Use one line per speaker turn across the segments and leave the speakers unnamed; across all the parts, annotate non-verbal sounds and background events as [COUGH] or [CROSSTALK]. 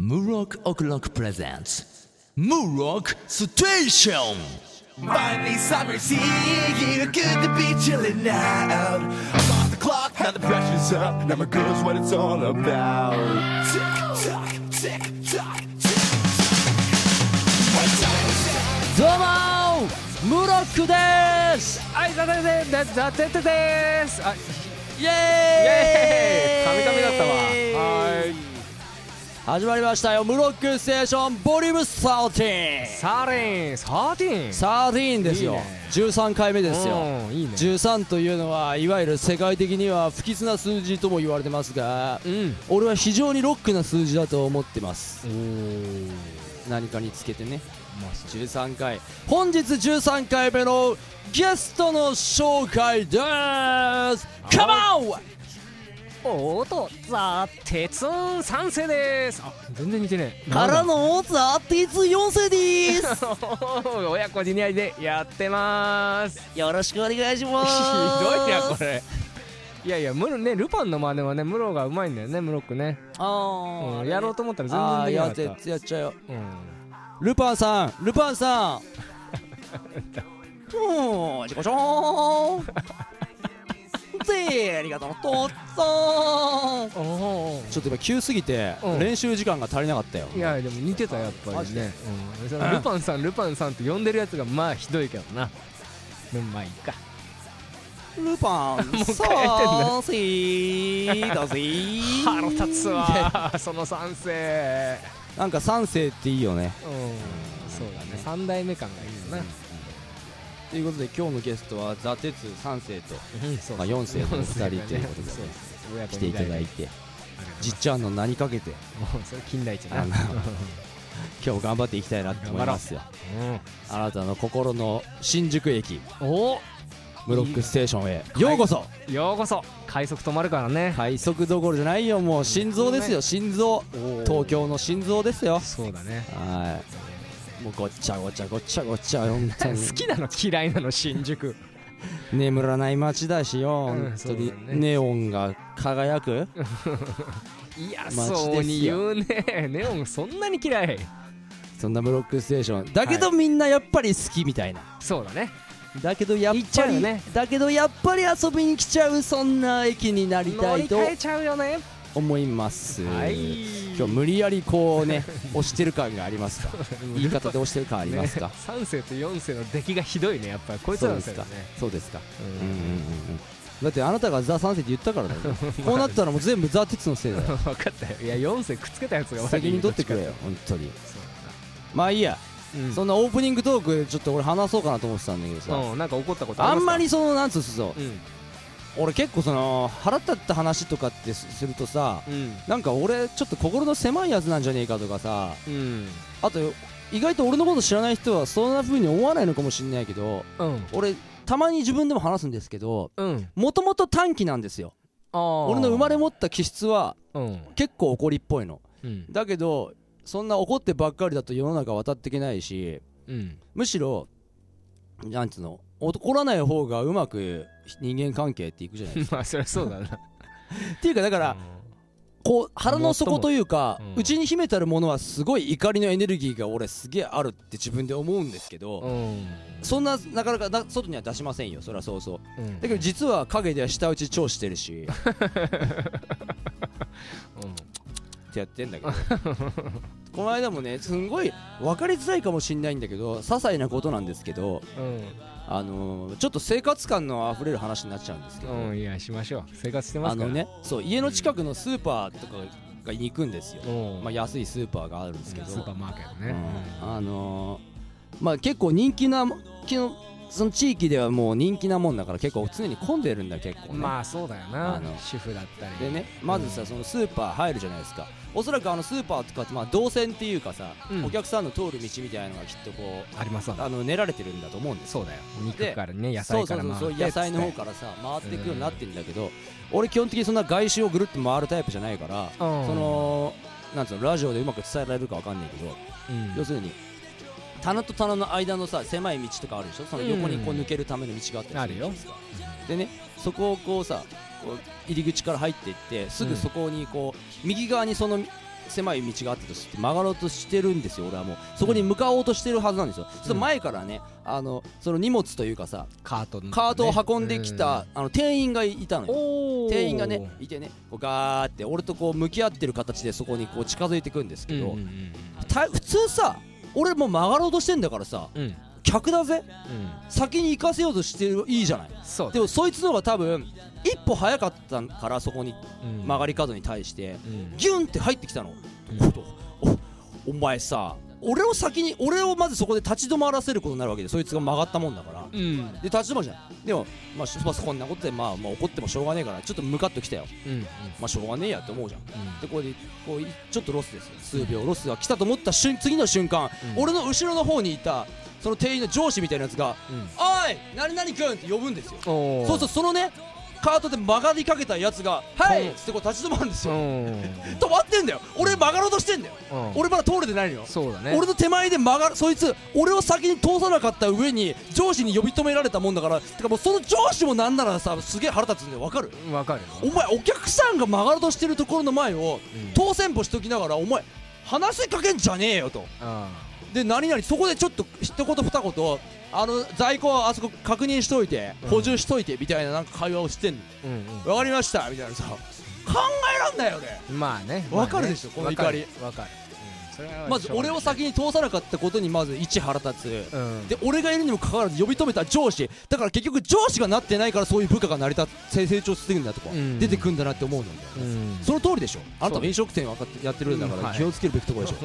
Murok O'Clock presents Murok Station!
Finally, summer's here. Good to be chilling out. I'm off the clock, now the pressure's up. Now my girl's what it's all about. Tick tock, tick tock, tick tock.
どうもームロックです
はい、ザテテテザテテです。あ、イ
イエ
エーイ、神々だったわ。
ー
は
イ
い、
始まりましたよムロックステーションボリューム13
サーレン、サーティン。
13ですよ
いいね
13回目ですよ
うんいいね
13というのはいわゆる世界的には不吉な数字とも言われてますが
うん。
俺は非常にロックな数字だと思ってます
おー、
何かにつけてね
まあ、そ
13回本日13回目のゲストの紹介です Come on!
う。おーと、ザテツン三世です。あ、全然似てねえ。
から
なんだ。
のザ・ティーツ4世で
[LAUGHS]
ー
おー親子ジュニアでやってます。
すよろしくお願いしま [LAUGHS]
ひ
す
どいやこれ。いやいや、ムロね、ルパンの真似はね、ムロがうまいんだよね、ムロックね。
あ
う
あ
ん、やろうと思ったら全
あー
然
やっ
でき
て
なかっ
やっちゃうよ
た。うん。
ルパンさんルパンさんうーん自己紹介ぜーありがとうとっつーん
おお。
ちょっと今急すぎて
うん
練習時間が足りなかったよ
いやでも似てたやっぱ
マ
り
ジで
ね、うんそのルパンさんルパンさんって呼んでるやつがまあひどいけどなでもまあいいか
ルパン
一
さ
回やってんだ
ーせーだぜー
腹立つわその賛成
[LAUGHS] なんか三世っていいよ
[LAUGHS]
ね
うんそうだね三代目感がいいよな
ということで今日のゲストはザ・テツ3世と
そう
まあ四世のお二人ということ
そう
で
そう親子
来ていただ
二代ありがとう
いて
ございます
じっちゃんの名にかけて
もうそれ近代一
あ
な
の今日頑張っていきたいなって思いま
[LAUGHS]
すよあなたの心の新宿駅
うんお
ブロックステーションへようこそ
ようこそ快速止まるからね
快速どころじゃないよもう心臓ですよ心臓東京の心臓ですよ
そうだね
はいもうごっちゃごちゃごっちゃごっちゃ [LAUGHS] 本当
好
に
きなの嫌いなの新宿
眠らない街だしよ
うん
本当に
そうだね
ネオンが輝く
いや
街ですよ
そうに言うねネオンそんなに嫌い
そんなブロックステーションだけどみんなやっぱり好きみたいな
そうだね
だけどやっ
行っち
ぱ
ゃう
り
よね
だけどやっぱり遊びに来ちゃうそんな駅になりた
乗り
いと
換えちゃうよね
思います、
はい
今日無理やりこうね押してる感があります [LAUGHS] か言い方で押してる感ありますか、
ね3世と4世の出来がひどいねやっぱりこいつら
そう
の
で
せ
す
いだ
か
ね
そうですか
う
うんうんうんうんだってあなたが「ザ・サンセって言ったからだ [LAUGHS] よこうなったらもう全部「ザ・鉄のせい [LAUGHS] だよ
ん分かったよいや4世くっつけたやつが悪い
責任取ってくれよ本当に
そう
まあいいや、
なんだ
そんなオープニングトークちょっと俺話そうかなと思ってたんだけどさ、
うんうんなんか怒ったことあ
あ
り
んま
ます
りそのなんつうそう
かうん
俺結構その腹立った話とかってすするとさ
うん
なんか俺ちょっと心の狭いやつなんじゃねえかとかさ
うん
あと意外と俺のこと知らない人はそんな風に思わないのかもしれないけど
うん
俺たまに自分でも話すんですけど
うん
もともと短気なんですよ
ああ
俺の生まれ持った気質は
うん
結構怒りっぽいの
うん
だけどそんな怒ってばっかりだと世の中渡っていけないし
うん [LAUGHS]
むしろなんつうの怒らない方がうまく人間関係っていくじゃないです
まあそりゃそうだな [LAUGHS]
かっていうかだからこう腹の底という
も
か
っともうん
うち、に秘めたるものはすごい怒りのエネルギーが俺すげえあるって自分で思うんですけど、
うん
そんななかなかな外には出しませんよそりゃそうそう
うん
だけど実は陰では舌打ち超してるしってやってんだけど [LAUGHS] この間もねすんごい分かりづらいかもしんないんだけど些細なことなんですけど
うん
あのーちょっと生活感のあふれる話になっちゃうんですけど、
うんうんいやしましょう生活してま
あ
すから
のねそう家の近くのスーパーとかがに行くんですよ、
うん
まあ、安いスーパーがあるんですけど
スーパーマーケットね
うんあのーまあ結構人気な昨日その地域ではもう人気なもんだから結構常に混んでるんだ結構ね、
まあそうだよ
あ
な
の
主婦だったり
でねまずさそのスーパー入るじゃないですかおそらくあのスーパーとかってまあ動線っていうかさ、
うん
お客さんの通る道みたいなのがきっとこ
あります
うあの練られてるんだと思うんですよ
そうだよ
で
肉からね野菜から
そうそうそ
回
うそう
って
野菜の方からさ回っていくようになってんだけど、俺基本的にそんな外周をぐるっと回るタイプじゃないから、
うん
そのなんつうのラジオでうまく伝えられるかわかんないけど、
うん
要するに棚と棚の間のさ狭い道とかあるでしょその横にこう
うん
抜けるための道があったりする
あるよ
じゃないですかでねそこをこうさこう入り口から入っていってすぐそこにこう、右側にその狭い道があったとして曲がろうとしてるんですよ俺はもうそこに向かおうとしてるはずなんですよ、その前からねあのその荷物というかさ
カートのね
カートを運んできた、あの店員がいたのよ
おー
店員がねいてねこうガーって俺とこう向き合ってる形でそこにこう近づいてくんです
うん
け
うん
ど、
うん
た普通さ俺もう曲がろうとしてんだからさ
うんうん
客だぜ先に行かせようとしてるいいじゃない
そう
でもそいつの方が多分一歩早かったからそこに
うん
曲がり角に対して
うん
ギュンって入ってきたの、
うん
おお前さ俺を先に俺をまずそこで立ち止まらせることになるわけでそいつが曲がったもんだから、
うん
で立ち止まるじゃんでも、まあし、まあこんなことで、まあ、まあ怒ってもしょうがねえからちょっとムカッときたよ
うん
まあしょうがねえやって思うじゃん
う
でこれでこういちょっとロスですよ数秒ロスが来たと思った瞬次の瞬間、
うん
俺の後ろの方にいたその店員の上司みたいなやつ
ん
が
うん
「おい何々君!」って呼ぶんですよ
おー
そうするとそのねカートで曲がりかけたやつが「はい!」
うん
っつってこう立ち止まるんです
う
よ
んうん
止まってんだよ俺曲がろうとしてんだよ
うん
俺まだ通れてないのよ
そうだね
俺の手前で曲がるそいつ俺を先に通さなかった上に上司に呼び止められたもんだからてかもうその上司もなんならさすげえ腹立つんだよわかる
わかるよ
お前お客さんが曲がろうとしてるところの前を
うん
当選歩しときながらお前話しかけんじゃねえよと
うん
で何々そこでちょっと一言二言あの在庫はあそこ確認しといて
うん
補充しといてみたいななんか会話をしてん
うんうん
のわかりましたみたいなさ考えらんないよね
まあね
わかるでしょこの怒り
わかるわかるうんそれは
まず俺を先に通さなかったことにまず一腹立つ
うん
で俺がいるにもかかわらず呼び止めた上司だから結局上司がなってないからそういう部下が成り立つ成長してるんだとか
うん
出てくんだなって思うのよ
うん
その通りでしょあ
そ
なた
う
も
で
飲食店分かってやってるんだか
うん
ら
はい
気をつけるべきところでし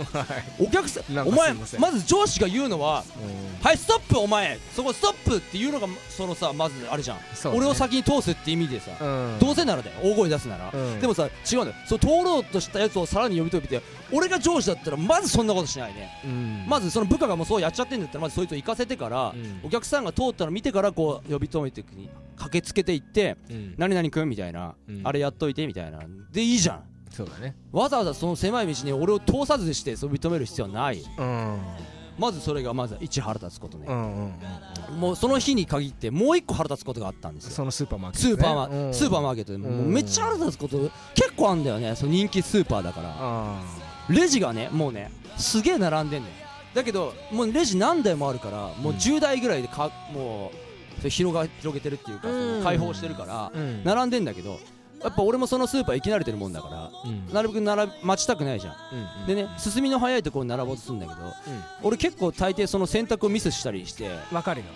[LAUGHS]
ょ、お客さん
なん
お
かす
前
い
ま
ません
ず上司が言うのは「はいストップお前そこストップ」っていうのがそのさまずあれじゃん、
そうね
俺を先に通すって意味でさ、
うん
どうせならだよ大声出すなら、
うん
でもさ違うんだよそう通ろうとしたやつをさらに呼び止めて俺が上司だったらまずそんなことしないね
うん
まずその部下がもうそうやっちゃってんだったらまずそいつを行かせてから、
うん
お客さんが通ったの見てからこう呼び止めてくに駆けつけていって
うん
「何々くん」みたいな、
うん
あれやっといて」みたいなでいいじゃん
そうだね
わざわざその狭い道に俺を通さずしてそう認める必要はない
うん
まずそれがまず一腹立つこと
う
ね、
んうんうん
もうその日に限ってもう一個腹立つことがあったんですよ
そのスーパーマーケット
スーパーマ、
うん
スーパーマーケットでももう
うん
めっちゃ腹立つこと結構あんだよねその人気スーパーだから
あ
レジがねもうねすげえ並んでんのよだけどもうレジ何台もあるから
うん
もう10台ぐらいでかもうそれ広が広げてるっていうかそ
うん
の開放してるから
ーうん
並んでんだけどやっぱ俺もそのスーパー行き慣れてるもんだから
うん
なるべく並び待ちたくないじゃん
うん
でね進みの早いところに並ぼうとするんだけど、俺結構大抵その選択をミスしたりして
わかるよ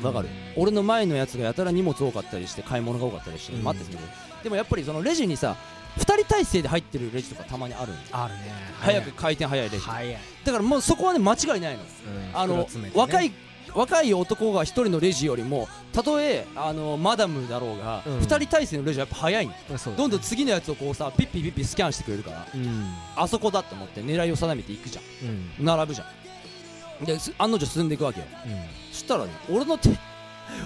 わかる俺の前のやつがやたら荷物多かったりして買い物が多かったりして
うん
待ってたけど、でもやっぱりそのレジにさ2人体制で入ってるレジとかたまにあるんよ
あるね
早く回転早いレジだ
早い
からもうそこはね間違いないのあの、若い若い男が一人のレジよりもたとえあのマダムだろうが、
う
二
ん
人体制のレジはやっぱ早いんよどんどん次のやつをこうさピッピピッピスキャンしてくれるから
うん
あそこだと思って狙いを定めていくじゃん並ぶじゃんです案の定進んでいくわけよそしたらね俺の手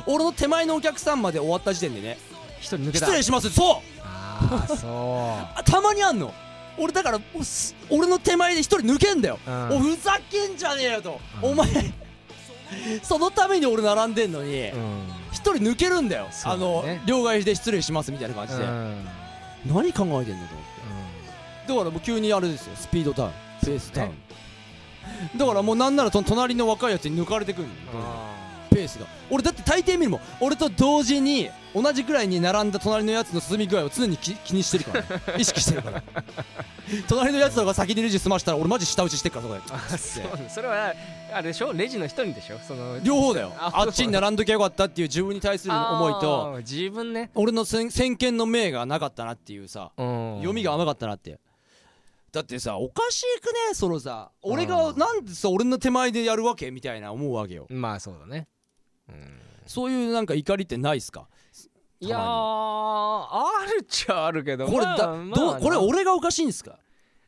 俺の手前のお客さんまで終わった時点でね
一人抜けた
失礼しますそう
ああそ
あたまにあんの俺だからおす俺の手前で一人抜けんだよ、
うん
おふざけんじゃねえよと、
うん
お前そのために俺並んでんのに
ううん
一、人抜けるんだよ
そう
あ
だね
の両替 [LAUGHS] で失礼しますみたいな感じで、
うん
何考えてんだと思ってだからもう急にあれですよスピードダウンペースダウン、だからもうなんならその隣の若いやつに抜かれてくんのペースが俺だって大抵見るもん俺と同時に同じくらいに並んだ隣のやつの進み具合を常にき気にしてるか
[LAUGHS]
ら、ね、意識してるから隣のやつとか先にレジ済ましたら俺マジ舌打ちしてっからそこで
あそうそれはあれでしょレジの人にでしょその
両方だよ
あ
あっちに並んどきゃよかったっていう自分に対する思いと
あー自分ね
俺の先先見の明がなかったなっていうさ読
読
みが甘かったなってだってさおかしくねそのさ俺がなんでさ俺の手前でやるわけみたいな思うわけよ
まあそうだね
そういうなんか怒りってないっすか
いやーあるっちゃあるけど
これ
まあ
だ、
まあ
どうこれ俺がおかしいんですか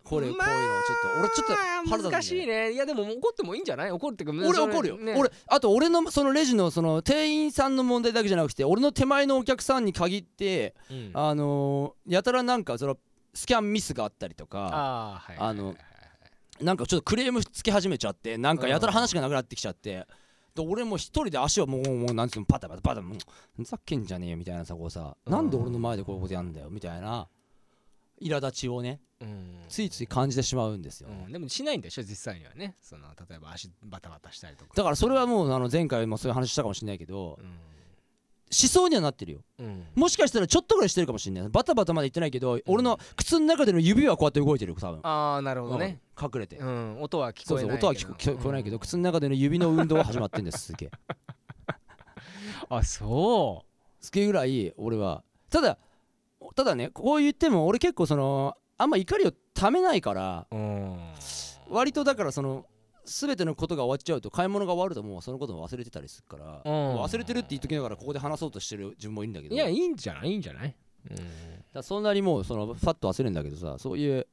これ、
まあ
こういうのちょっと俺ちょっと腹立つんだよ
難しいねいやでも怒ってもいいんじゃない怒ってくる
俺怒るよ、俺あと俺のそのレジのその店員さんの問題だけじゃなくて俺の手前のお客さんに限って、あのーやたらなんかそのスキャンミスがあったりとか
あーはい
あのなんかちょっとクレームつけ始めちゃってなんかやたら話がなくなってきちゃって、で俺もう一人で足をもうもうなんつうのパタパタパタもうふざけんじゃねえよみたいなさこうさ、なんで俺の前でこういうことやんだよみたいな苛立ちをね
うん
ついつい感じてしまうんですよ、
うんでもしないんでしょ実際にはねその例えば足バタバタしたりとか
だからそれはもうあの前回もそういう話したかもしれないけど
うん
思想にはなってるよ
うん
もしかしたらちょっとぐらいしてるかもしれないバタバタまで言ってないけど俺の靴の中での指はこうやって動いてるよ多分
ああなるほどね
うん隠れて
うん音は聞
そう
こえ
そう
ない
音は聞こ聞こえないけど靴の中での指の運動は始まってんですすげえ
あそ
すげえぐらい俺はただただねこう言っても俺結構そのあんま怒りをためないから
ううん
割とだからその全てのことが終わっちゃうと買い物が終わるともうそのことも忘れてたりするから、
うん
忘れてるって言っときながらここで話そうとしてる自分もいるんだけど
いやいいんじゃないいいんじゃないうん
だからそんなにもうそのファッと忘れるんだけどさそういう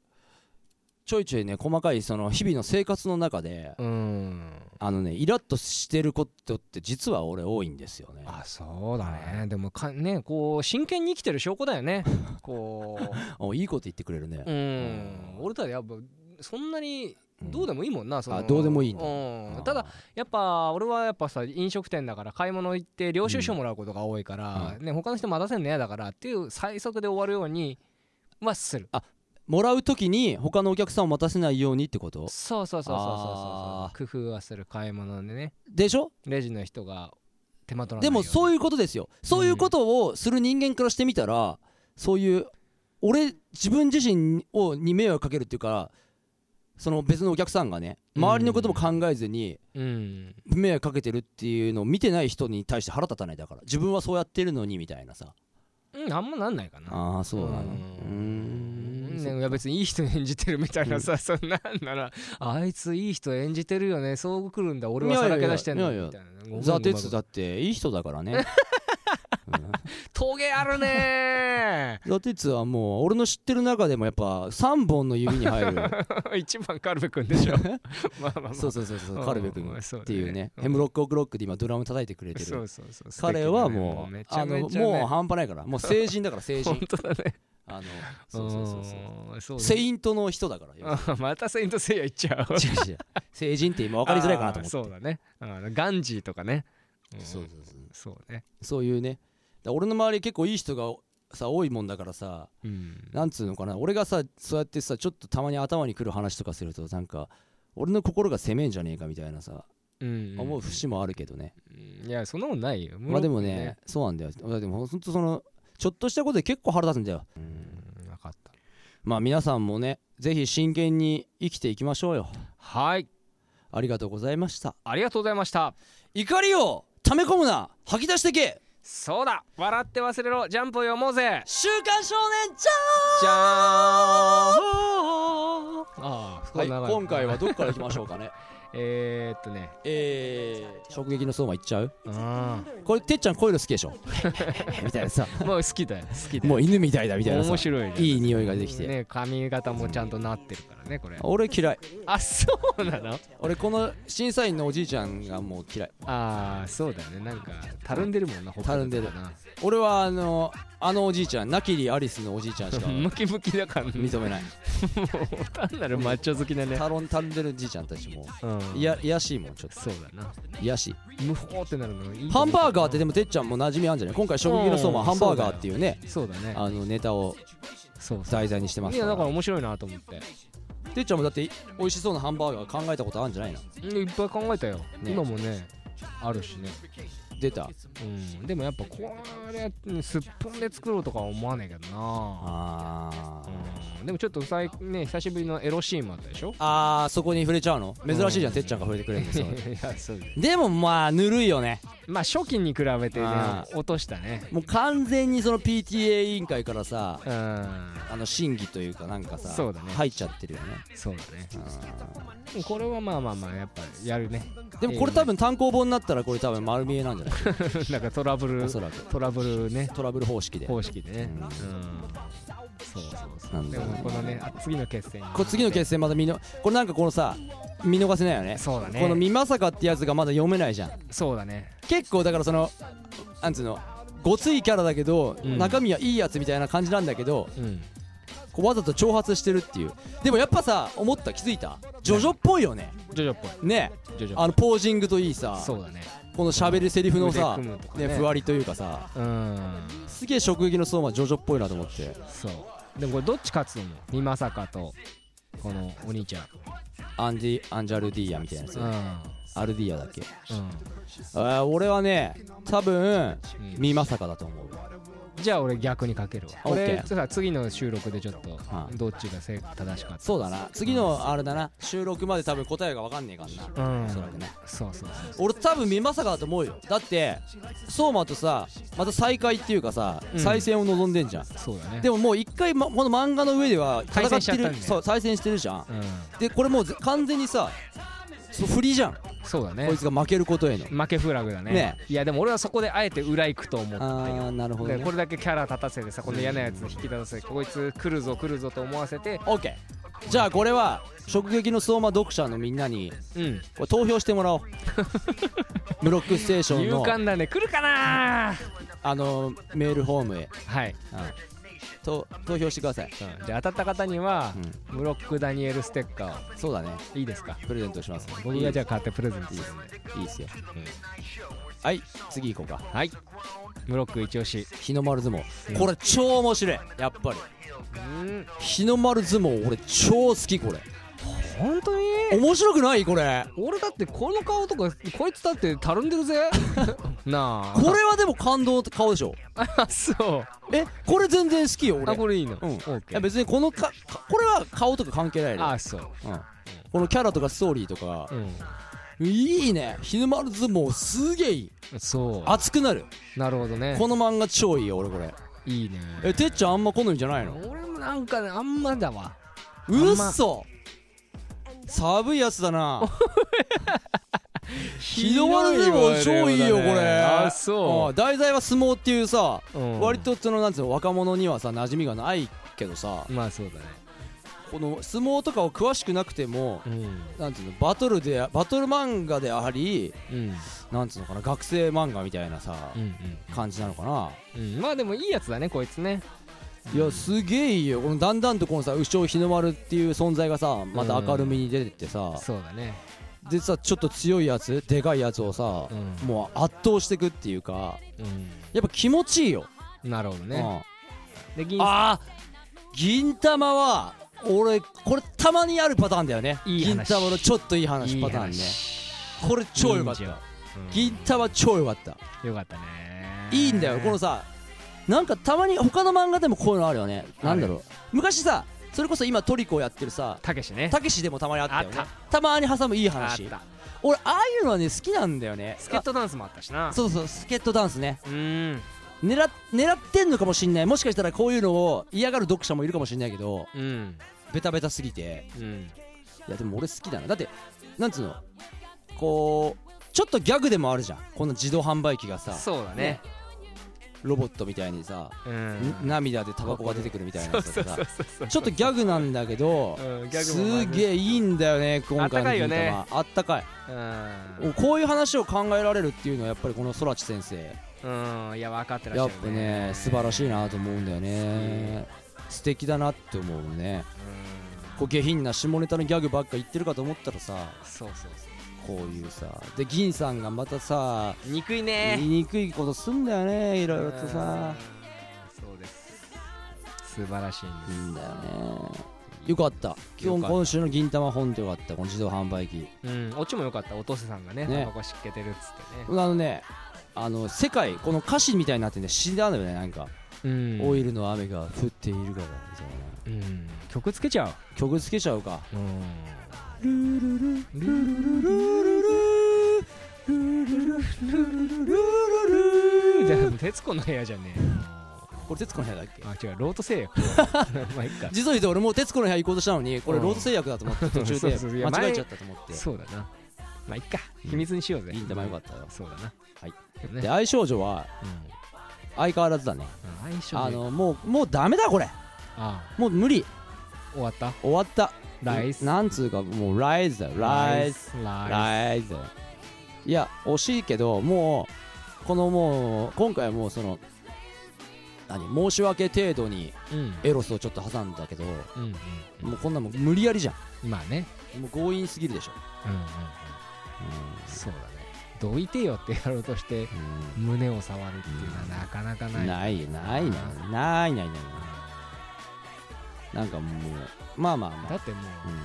ちょいちょいね細かいその日々の生活の中で
うん
あのねイラッとしてることって実は俺多いんですよね
あそうだねでもかねこう真剣に生きてる証拠だよねこ
おいいこと言ってくれるね
ううん俺たちやっぱそんなにどうでもいいもんな、その
あどうでもいいんだ
うんただやっぱ俺はやっぱさ飲食店だから買い物行って領収書もらうことが多いから、ね他の人待たせんの嫌だからっていう最速で終わるようにはする
もらう時に他のお客さんを待たせないようにってこと
そうそうそうそうそ
あ
うそう工夫はする買い物でね
でしょ
レジの人が手間取らない
でもそう
いう
いうことですよそういうことをする人間からしてみたらそういう俺自分自身をに迷惑かけるっていうかその別のお客さんがね周りのことも考えずに
ううん
迷惑かけてるっていうのを見てない人に対して腹立たないだから自分はそうやってるのにみたいなさ
うんあんまなんないかな
ああそうなの
う
う
ん
ーん
ね、いや別にいい人演じてるみたいなさ、そんなんならあいついい人演じてるよねそう来るんだ俺はい
や
さ
いや
ら
いや
け出してんの
いやいや
みたいなごめん
ザ・テ
ごめん
ツだっていい人だからね
トゲあるね
ザ・テツはもう俺の知ってる中でもやっぱ3本の指
[LAUGHS]
に入る [LAUGHS]
ー一番カルベ君でしょまあまあまあ
そうそうそうそうカルベ君
うんそうだね
っていうね
うん
ヘムロック・オクロックで今ドラム叩いてくれて
そ
る
うそうそう
彼はもう
素敵だねめち
あ
ゃ
の
めちゃ、
もう
ね、
半端な
[LAUGHS]
いからもう成人だから成人
本当だね
あのそうそうそうそう
うんそう
セイントの人だから要す
あ [LAUGHS] またセイントセイヤ行っち
[LAUGHS]
ゃう
るに違う違う成人って今分かりづらいかなと思って
あーそうだねあのガンジーとかね、うん
そうそうそう
そうね
そういうねだ俺の周り結構いい人がさ多いもんだからさ
うん
なんつうのかな俺がさそうやってさちょっとたまに頭にくる話とかするとなんか俺の心が責めんじゃねえかみたいなさ、
うん
思う節もあるけどね、
うんいやそんなことないよ
まあでもねそうなんだよでもほんとそのちょっとしたことで結構腹立つんだよ
うん分かった
まあ皆さんもねぜひ真剣に生きていきましょうよ
はい
ありがとうございました
ありがとうございました
怒りを溜め込むな吐き出してけ
そうだ笑って忘れろジャンプを読もうぜ
週刊少年ジ
じゃーんああす
ャ
ごい
ン
長い、
はい今回はどこから行きましょうかね [LAUGHS]
えー、っとね
えー、直撃の相馬行っちゃう
あ
これてっちゃんこういうの好きでしょ [LAUGHS] みたいなさ
[LAUGHS] もう好きだよ好きだよ
もう犬みたいだみたいなさ
面白いね
いい匂いができて、
ね髪型もちゃんとなってるからねこれ
俺嫌い
あそうなの
俺この審査員のおじいちゃんがもう嫌い
ああそうだよねなんかたるんでるもんなほっぺた
たるんでる
な
俺はあのあのおじいちゃんなきりアリスのおじいちゃんし [LAUGHS] か
ムキムキだからね
認めない
単なるマッチョ好きだね
タロンタんでるじいちゃんたちも
うん
いやいやしいもんちょっ
そうだな
といやしい
無法ってなるのいいと
ハ
思う
ンバーガーってでもてっちゃんも馴染みあるんじゃない今回衝撃の相馬
うん
ハンバーガーっていうね
そうだね
あのネタを
そうそう
題材にしてます
いや
か
だから
ら
面白いなと思って
てっちゃんもだって美味しそうなハンバーガー考えたことあるんじゃないの
うんいっぱい考えたよ、
ね
今もねあるしね、
出た
うん、でもやっぱこれうんすっぽんで作ろうとかは思わないけどな
あー
うんでもちょっと最ね久しぶりのエロシーンもあったでし
[LAUGHS]
ょ
あーそこに触れちゃうの珍しいじゃんてっちゃんが触れてくれるんですよ
やそうだよ
[LAUGHS] でもまあぬるいよね
まあ初期に比べてね
あ
落としたね
もう完全にその PTA 委員会からさ
うん
あの審議というかなんかさ
そうだね
入っちゃってるよね
そうだねこれはまあまあまあやっぱやるね
でもこれ多分単行本になったらこれ多分丸見えなんじゃない
[LAUGHS] なんかトラブル
おそらく
トラブルね
トラブル方式で
方式でね
うん
うんそうそうそう
なん
で
だろう
も
ね
このねあ次の決戦に
これ次の決戦まだ見のこれなんかこのさ見逃せないよね
そうだね
この「みまさか」ってやつがまだ読めないじゃん
そうだね
結構だからそのなんつうのごついキャラだけど、
うん
中身はいいやつみたいな感じなんだけど
うん
こうわざと挑発してるっていうでもやっぱさ思った気づいたジョジョっぽいよね
ジョジョっぽい
ね
ジョジョ
あのポージングといいさ
そうだね
この喋るセリフのさ
腕組むとか
ね
ね
ふわりというかさ
うん
すげえ食撃の相馬ジョジョっぽいなと思って
そうでもこれどっち勝つと思う美まさかとこのお兄ちゃん
アンディアンジャルディアみたいなやつ
うん
アルディアだっけ
うん
あー俺はね多分
ん
みまさかだと思う
じゃあ俺逆にかけるわ
オッケー
俺さ次の収録でちょっと
はい
どっちが正正しかった
そうだな次のあれだな収録まで多分答えが分かんねえからな
うん
おそらくね
そうそうそう
俺多分見まさかだと思うよだって相馬とさまた再会っていうかさ、
うん
再戦を望んでんじゃん
そうだね
でももう一回、ま、この漫画の上では戦
対戦しちゃ
っ
ってたん
る
だよ
そう対戦してるじゃん
うん
でこれもうぜ完全にさそう振りじゃんこ
そうだね
いつが負けることへの
負けフラグだね
ね
いやでも俺はそこであえて裏行くと思った
あーなるほど
で
ね
これだけキャラ立たせてさこの嫌なやつ引き立たせてこいつ来るぞ来るぞと思わせて
OK じゃあこれは直撃の相馬読者のみんなに
うん
これ投票して
[LAUGHS]
もらおうブロックステーション
勇
の
敢だね来るかな
あのメールフォームへ、
はい、
うんと投票してください、
うんじゃあ当たった方には、ブロックダニエルステッカーを
そうだね
いいですか
プレゼントします
僕がじゃあ買ってプレゼントするんで
いいっすよ、はい次行こうか
はいブロック一押し
日の丸相撲、
うん
これ超面白いやっぱり
うん
日の丸相撲俺超好きこれ
本当に
面白くないこれ
俺だってこの顔とかこいつだってたるんでるぜ [LAUGHS] なあ
これはでも感動って顔でしょ
あ [LAUGHS] そう
えこれ全然好きよ俺
あこれいいの
うん、
オー
い
ケ
や
ー
別にこのかかこれは顔とか関係ないの
あそう
うん、このキャラとかストーリーとか
う、ん
いいね日の丸相撲すげえいい
そ
熱くなる
うなるほどね
この漫画超いいよ俺これ
いいね
えてっちゃんあんま好みじゃないの
俺もなんかねあんまだわ
うっそ寒いやつ
[LAUGHS]
だなひどまるでも超いいよこれ
あそ
ん題材は相撲っていうさ、
うん
割とそのなんつうの若者にはさ馴染みがないけどさ
うまあそうだね
この相撲とかを詳しくなくても、
うん
なんつうのバトルでバトル漫画であり
うん
なんつうのかな学生漫画みたいなさ、
うん
感じなのかな、
うんうんまあでもいいやつだねこいつね
いやすげえいいよこのだんだんとこのさ鵜匠日の丸っていう存在がさまた明るみに出てってさ、
そうだね
でさちょっと強いやつでかいやつをさ、
うん
もう圧倒していくっていうか
う
やっぱ気持ちいいよ、
んなるほど
う
ね
ん、
で銀
あー銀玉は俺これたまにあるパターンだよね
いい
銀
話
玉のちょっといい話
いい
パターンね
話
これ超よかった
いいんじゃうん
銀玉超よかった
よかったね
いいんだよこのさなんかたまに他の漫画でもこういうのあるよねなんだろう昔さそれこそ今トリコやってるさ
たけしね
たけしでもたまにあったよね
あった
まに挟むいい
あっ
話
た
俺ああいうのはね好きなんだよね
スケットダンスもあったしな
そうそうスケットダンスね
うん
狙っ狙ってんのかもしんないもしかしたらこういうのを嫌がる読者もいるかもしんないけど
うん
ベタベタすぎて
うん
いやでも俺好きだなだってなんつうのこうちょっとギャグでもあるじゃんこの自動販売機がさ
そうだね
ロボットみたいにさ、
うん
涙でタバコが出てくるみたいなやつとかさ
そう
ちょっとギャグなんだけど、
うんギャグもまあね
すげえいいんだよね
あっ
今回の
たかいよ
銀
ね
玉あったかい
うん
こういう話を考えられるっていうのはやっぱりこの空知先生
うんいや分かってらっし
や
ゃ
っぱ
るね
ね素晴らしいなと思うんだよね素敵だなって思うねこう下品な下ネタのギャグばっか言ってるかと思ったらさ
そうそうそ
こういうさで銀さんがまたさ
う憎い
言い
ね
にくいことすんだよねいろいろとさ
うんそうです素晴らしいん
い
で
い
す
んだよねよかった今日今週の銀玉本ってよかったこの自動販売機
うんオチも良かったおとせさんがね
ね
タバコしっけてるっつって
あのねあの世界この歌詞みたいになってね死んだんだよねなんか、
ね
オ
い
イルの雨が降っているからみたいな
うん曲つけちゃ
曲つけちゃうか
ううんじゃあ徹子の部屋じゃねえよ
これ徹子の部屋だっけ
あ違うロート製薬 [LAUGHS] まあいっか
実を言うと俺もう徹子の部屋行こうとしたのにこれ
うん
ロード製薬だと思って途
[LAUGHS]
中
そう
で
そうそういや
間違えちゃったと思っ
[LAUGHS]
て
そうだなまあいっか秘密にしようぜ
銀玉よかったよ
そうだな
はい
でも
で
ね
相性女は相変わらずだね
うん相性
あ
あ
のもうもうダメだこれ
あ
もう無理
終わった
終わった
ライス
なんつうかもうライズだよライズ
ライ
ライズだよいや惜しいけどもうこのもう今回はもうその何申し訳程度に
スうん
エロスをちょっと挟んだけども
うん
うこんなもん無理やりじゃ
うんまあね
んもう強引すぎるでしょ
うんうんうんそうだねどいてよってやろうとして胸を触るっていうのはなかなか
うん
ない
ないないないないないないないなんかもうまあまあま
だ
あ、
ってもう
うん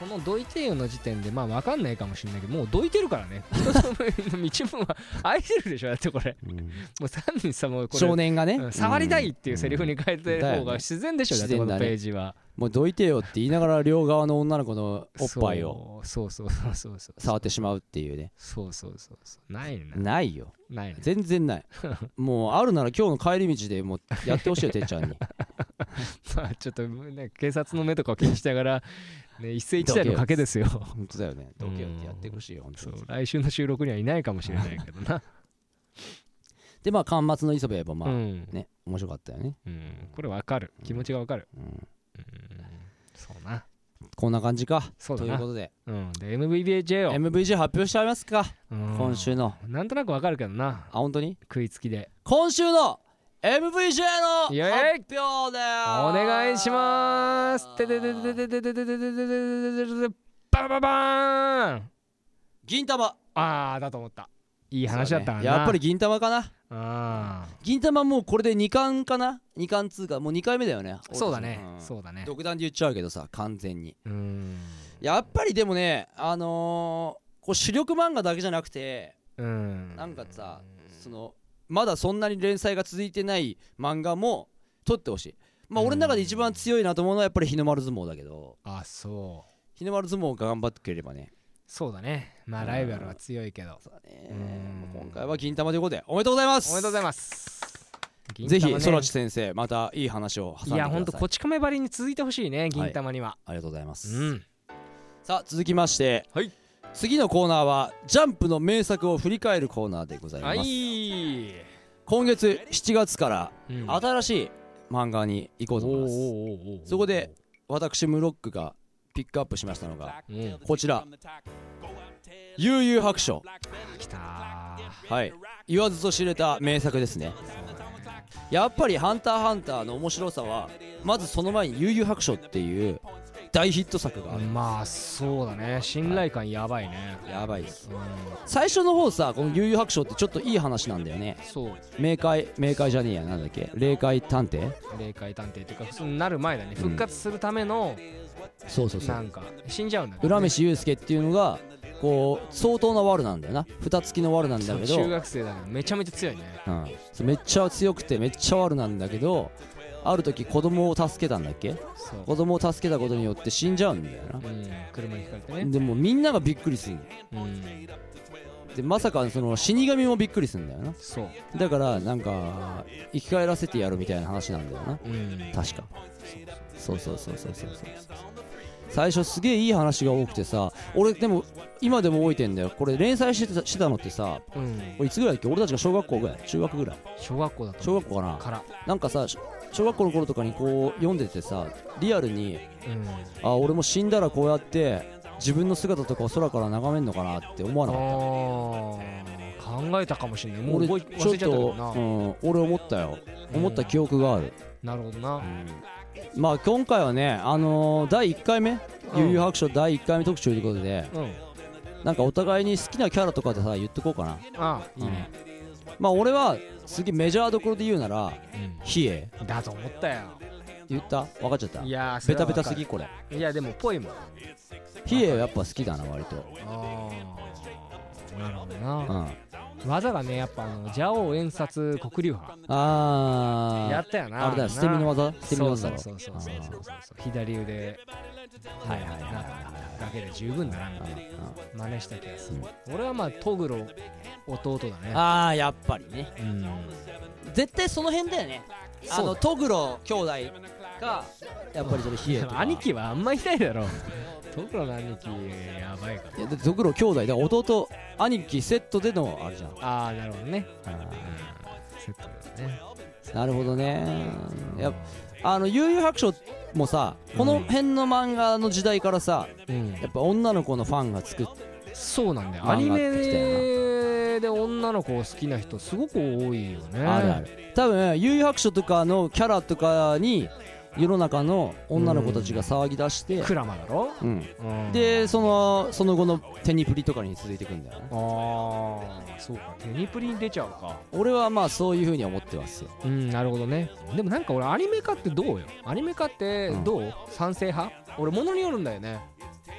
このどいてよの時点でまあ分かんないかもしれないけどもうどいてるからね人との道分は空いてるでしょだってこれ
うん
もう単にさもうこれ
少年がね、
うん触りたいっていうセリフ
ん
に変えてる
だ
方
よね
が自然でしょ、だっ
自
てこ
然だ
の
ね
ページは
もうどいてよって言いながら両側の女の子のおっぱいを
そうそうそうそうそう
触ってしまうっていうね
そうそうそうそうないな
ないよ
ない [LAUGHS] な
全然ないもうあるなら今日の帰り道でもうやってほしいよてっ
[LAUGHS]
ちゃんに
まあちょっとね警察の目とかを気にしながら、ね、一世一代の賭けですよ
本当だよねどけよってやってほしいよ本当
そ
に
う来週の収録にはいないかもしれないけどな、
でまあ巻末の磯部もまあ、
うん、
ね面白かったよね
うん、これわかる気持ちがわかる、
うん
そうな
こんな感じか
そうだ
という
な
ことで
うんで MVBJ を、
MVG 発表しちゃいますか
うん
今週の
なんとなくわかるけどな
あ本当に
食いつきで
今週の MVJ の発表
イ
で
エーイお
お
願いしますてててててててててててててバババーン
銀玉
あーだと思ったいい話だった
そう
な
ねやっぱり銀玉かな
あ
銀玉もうこれで2巻かな2巻通過もう2回目だよね
ーそうだね
ん
そうだね
独断で言っちゃうけどさ完全に
うん
やっぱりでもねあのーこう主力漫画だけじゃなくて
うん
なんかさそのまだそんなに連載が続いてない漫画も取ってほしいまあ俺の中で一番強いなと思うのはやっぱり日の丸相撲だけど
あそう
日の丸相撲が頑張ってくれればね
そうだねまあライバルは強いけど
そうだね
うん
今回は銀玉ということでおめでとうございます
おめでとうございます
ぜひ
銀玉ね
空知先生またいい話を挟んでください
いやほんとこち亀ばりに続いてほしいね銀玉には
ありがとうございます、
うん
さあ続きまして、
はい
次のコーナーはジャンプの名作を振り返るコーナーでございま
は
す、
い
今月7月から
うん
新しい漫画に行こうと思います、そこで私ムロックがピックアップしましたのが
うん
こちら悠々白書
来た
はい言わずと知れた名作ですねやっぱり「ハンターハンター」の面白さはまずその前に「悠々白書」っていう大ヒット作がある
まあそうだね信頼感やばいね
やばいです
うん
最初の方さこの「悠々白書」ってちょっといい話なんだよね
そう
冥界冥界じゃねえやなんだっけ霊界探偵
霊界探偵っていうか普通になる前だね復活するための
そうそうそ
な
うん
か死んじゃうんだ
浦飯祐介っていうのがこう相当なワルなんだよな蓋付きのワルなんだけど、
中学生だからめちゃめちゃ強いね
うんそうめっちゃ強くてめっちゃワルなんだけどある時子供を助けたんだっけ
そう
子供を助けたことによって死んじゃうんだよな
うん車にひかれてね
でもうみんながびっくりする
うん
でまさかその死神もびっくりするんだよな
そう
だからなんか生き返らせてやるみたいな話なんだよな
うん
確かそうそうそうそうそうそうそう最初すげえいい話が多くてさ俺でも今でも覚えてんだよこれ連載してたしてたのってさ
うん
これいつぐらいだっけ俺たちが小学校ぐらい中学ぐらい
小学校だと
小学校かな
から
なんかさし小学校の頃とかにこう読んでてさリアルに
うん
あ俺も死んだらこうやって自分の姿とかを空から眺めんのかなって思わ
あ
なかった
ー考えたかもしれないもう
俺ち
覚え忘
ょ
れ
っ
ちゃったけ
と
ど、な
うん、俺思ったよ思った記憶がある、
なるほどな
まあ今回はねあのー第1回目
うん
悠々白書第1回目特集ということで、
うん
なんかお互いに好きなキャラとかでさ言ってこうかな
あいいね
まあ俺はすげえメジャーどころで言うなら比叡
だと思ったよ
言った分かっちゃった
いやーそ
ベ
れは
タ
わ
ベ
か
タ
る
すぎこれ
いやでもぽいもん
比叡やっぱ好きだな割と
ああなるほど
う
なん技がねやっぱあの蛇王演殺黒竜派や
あ
ったよな
ああれだよ捨て身の技捨て身の技だろ
そうそうそうそうそうそうそう左腕はいはいはいだけで十分だなみたいな真似した気がする俺はまあトグロ弟だね
ああーやっぱりね
うん
絶対その辺だよねあのトグロ兄弟がやっぱりそれ比叡とか
兄貴はあんまいないだろ [LAUGHS] トグロの兄貴やばいから
いやだってトグロ兄弟だから弟兄貴セットでのあれじゃん
ああなるほどね
あ
セットですね
ーなるほどねやっぱあの悠々白書もさこの辺の漫画の時代からさ
うん
やっぱ女の子のファンがつく
そうなんだよ
漫画
アニ
ってきた
メで女の子を好きな人すごく多いよね
あるある多分悠々白書とかのキャラとかに世の中の女の子たちが騒ぎ出して、
クラマだろ、
うん、
うん
でそのその後のテニプリとかに続いていくんだよね
あーそうかテニプリに出ちゃうか
俺はまあそういうふうに思ってますよ
うんなるほどねでもなんか俺アニメ化ってどうよアニメ化ってどう、賛成派俺物によるんだよね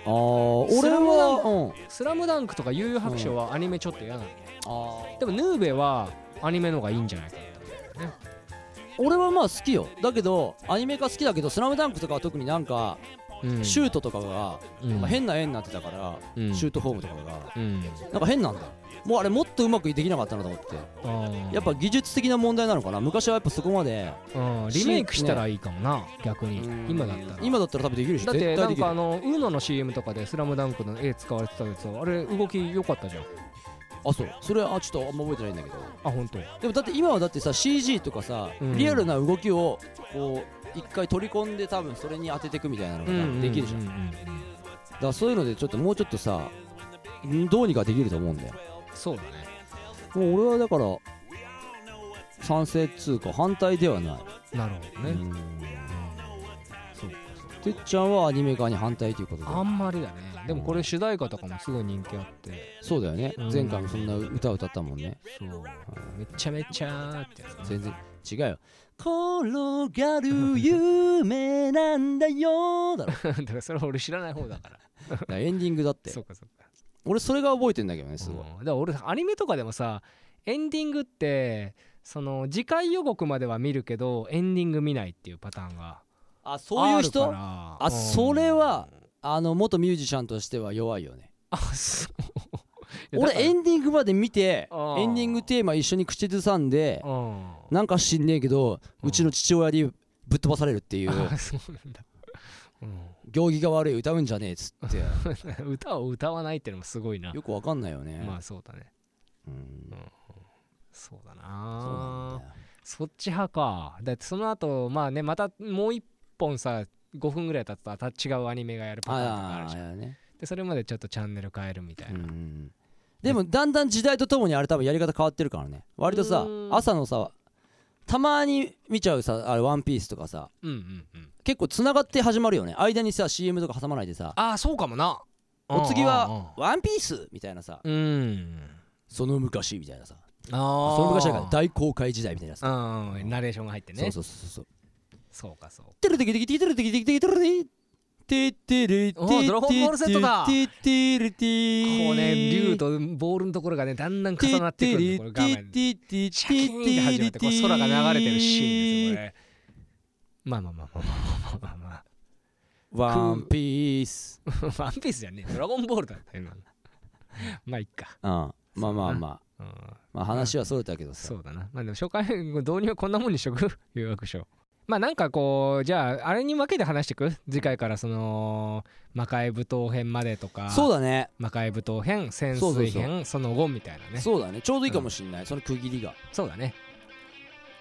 ああ俺
スラムダン
はうん
「スラムダンクとか「悠々白書」はアニメちょっと嫌なの、
あー
でもヌーベはアニメの方がいいんじゃないか
俺はまあ好きよだけどアニメ化好きだけど「スラムダンクとかは特になんか
うん
シュートとかがなんか変な絵になってたから、
うん
シュートフォームとかが
うん
なんか変なんだよもうあれもっとうまくできなかったなと思って
あー
やっぱ技術的な問題なのかな昔はやっぱそこまで
うんリメイクしたらいいかもな逆に
うん
今だったら
今だったら多分できるでしょ
だって
絶
な
対
ん
できる
かあの UNO の CM とかで「スラムダンクの絵使われてたやつあれ動き良かったじゃん
あそうそれはちょっとあんま覚えてないんだけど
あ本当。
でもだって今はだってさ CG とかさ、
うん
リアルな動きをこう一回取り込んで多分それに当てていくみたいなのができるじゃん,、
う
だ
んうんうんうん
からそういうのでちょっともうちょっとさんどうにかできると思うんだよ
そうだね
もう俺はだから賛成っつうか反対ではない
なるほどね、
うん
そうかそうか
てっちゃんはアニメ化に反対ということで
あんまりだねでもこれ主題歌とかもすごい人気あって
そうだよね、
うん
前回もそんな歌歌ったもんね
そうめちゃめちゃってやつ
全然違うよ転がる夢なんだよだろ [LAUGHS] だか
だからそれは俺知らない方だから
らエンディングだって
そうかそうか
俺それが覚えてんだけどねすごい、
うんだから俺アニメとかでもさエンディングってその次回予告までは見るけどエンディング見ないっていうパターンが
あそういう
ある
人
から
あ
うん
それはあの元ミュージシャンとしては弱いよね
あそういやだ
俺
から
エンディングまで見て
あー
エンディングテーマ一緒に口ずさんで
うん
なんか知んねえけど
うん
うちの父親にぶっ飛ばされるっていう
あそうなん [LAUGHS] だ、
行儀が悪い歌うんじゃねえっつって
うん、歌を歌わないってのもすごいな
[LAUGHS] よくわかんないよね
まあそうだね
うん
そうだ
そうなん
な
だよ
そっち派かだってその後まあねまたもう一本さ5分ぐらい経ったらまた違うアニメがやるパターンとかあ
あ
る
ー
じゃん
あれね
でそれまでちょっとチャンネル変えるみたいな、
うんでもだんだん時代とともにあれ多分やり方変わってるからね割とさ
うん
朝のさたまに見ちゃうさあれワンピースとかさ
うんうんうん
結構つながって始まるよね間にさ CM とか挟まないでさ
ああそうかもな
お次は「ワンピースみたいなさ
うんうん
その昔みたいなさ
ああ
その昔だから大航海時代みたいなさ
うんうんナレーションが入ってね
そうそうそうそう
そうかそう
てるてきてきてるてきてきてるてきててるて
おードラゴンボール Z だ
ててるて
こうね竜とボールのところがねだんだん重なってくるんだこれ画面で
てて
シャキーンって始まってこう空が流れてるシーンですよこれまあまあまあまあまあまあまあまあ
ワンピース。
ワンピースじゃねえ、ドラゴンボールだった今の。まあ、いっか。
うん。まあま
う
あま
ん、
あ。まあ話はそれたけどさ。
そうだな。まあ、でも、初回、 [LAUGHS] 導入はこんなもんにしとく [LAUGHS] 誘惑書。まあ、なんかこう、じゃあ、あれに分けて話してく次回から、その、魔界舞踏編までとか、
そうだね。
魔界舞踏編、潜
そうそう
水
そう
編、その後みたいなね。
そうだね。ちょうどいいかもしんない。その区切りが。
そうだね。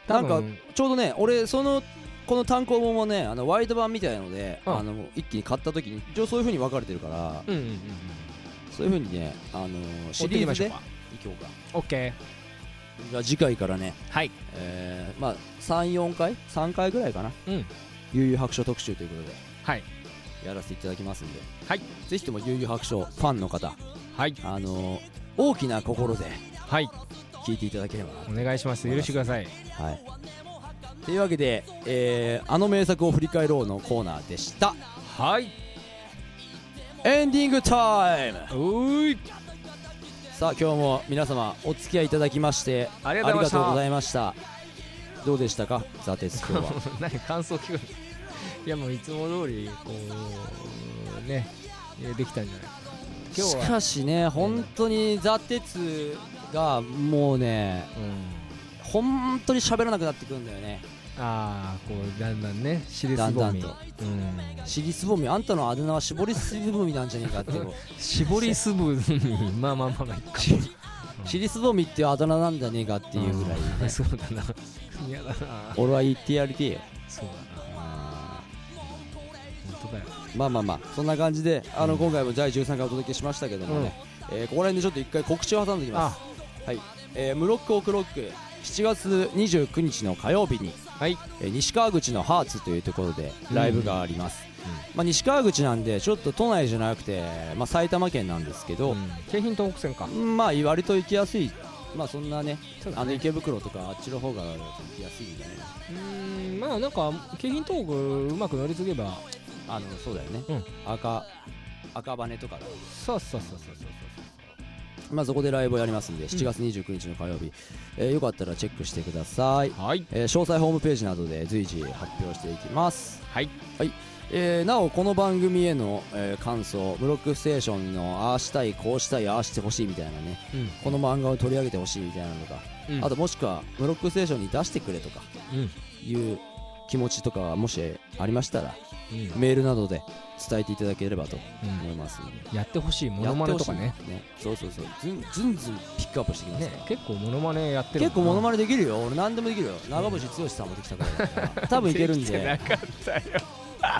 なん
多
か
分、
ちょうどね、俺、その、この単行本もね、あのワイド版みたいなので、
うん
あの一気に買った時に、一応そういう風に分かれてるから、
うんうんうんうん。
そういう風にね、あのー、
追
シ
っていき
リー
ま
ズ
しょう
で
か。
いこうか。
オッケ
じゃあ次回からね、
ー。はい。
えー、まあ、3、4回 ?3 回ぐらいかな。
うん。
悠々白書特集ということで、
はい。
やらせていただきますんで、
はい。
ぜひとも悠々白書ファンの方、
はい。
あのー大きな心で
はい。
聞いていただければな
お願いします。許してください。
と、はい、というわけで、えーあの名作を振り返ろう」のコーナーでした
はい。
エンディングタイム
おーい。 [LAUGHS]
さあ今日も皆様お付き合いいただきまして
あり
あ
がとうございま
りが
し
とう
た
ご。ざいましたどうでしたかザ・テス
[LAUGHS]
今日は
何感想聞くの [LAUGHS] いやもういつも通りこうねできたんじゃないかな今日
し
は
かしね本当にザ・テツがもうね本当に喋らなくなってくるんだよね
ああこうだんだんね尻
だ
す
ん
ぼ
だ
み
んと尻すぼみあんたのあだ名は絞りすぼみなんじゃねえかって
[LAUGHS]
こう
絞りすぼみまあまあまあまあいっか
尻すぼみっていうあだ名なんじゃねえかっていうぐらい、ね
うんそうだな嫌だな
俺は言ってやりてえよ
そうだな本当だよ
まあまあまあそんな感じであの、今回も第13回お届けしましたけどもね、えーここら辺でちょっと一回告知を挟んでおきます
あ
はい、えームロックオクロック7月29日の火曜日に、
はい
えー西川口のハーツというところでライブがあります、まあ、西川口なんでちょっと都内じゃなくて、まあ、埼玉県なんですけど、
京浜東北線か
まあ割と行きやすいまあそんなね
そうだ
あの
ね
池袋とかあっちの方が行きやすいんじゃないか
うーんまあなんか京浜東北うまく乗り継げば
なあのそうだよね、
うん
赤赤羽とかだ
そうそうそうそうそうそう
まあそこでライブをやりますんで7月29日の火曜日、えーよかったらチェックしてください、
はい
えー詳細ホームページなどで随時発表していきます
はい
えーなおこの番組への、えー感想ブロックステーションのああしたいこうしたいああしてほしいみたいなね
うん
この漫画を取り上げてほしいみたいなのとか、
うん
あともしくはブロックステーションに出してくれとか
うん
いう気持ちとかもしありましたら、
う
メールなどで伝えていただければと思いますので、
やってほしいモ
や
ノ
って
マ
ほしい
ネとかね
そうそうそうずんずんずんピックアップしてきます
ね
から、
結構モノマネやってる
結構モノ
マ
マネできるよ俺何でもできるよ長渕剛さんもできたからだから多分いけるんで
な
ぜ
かった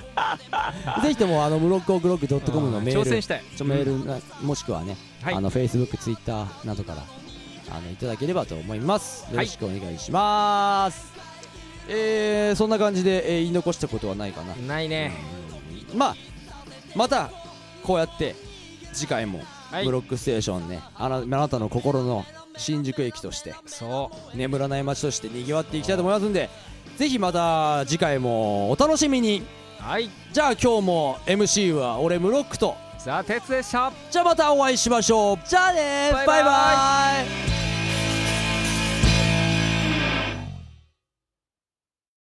よ
ひともあのブロックオクロックドットコムのメー
挑戦
ル
したい
ちょメールなもしくはね、
はい
あの FacebookTwitter などからあのいただければと思いますよろしくお願いします、えー、そんな感じで、えー言い残したことはないかな、
ないね
まあまたこうやって次回も
はい
ブロックステーションね、あなあなたの心の新宿駅として
そ
眠らない街としてにぎわっていきたいと思いますんでぜひまた次回もお楽しみに
うはい
じゃあ今日も MC は俺ムロックと
ザ・鉄でした
じゃあまたお会いしましょうじゃあね
バイバイ
バイバイ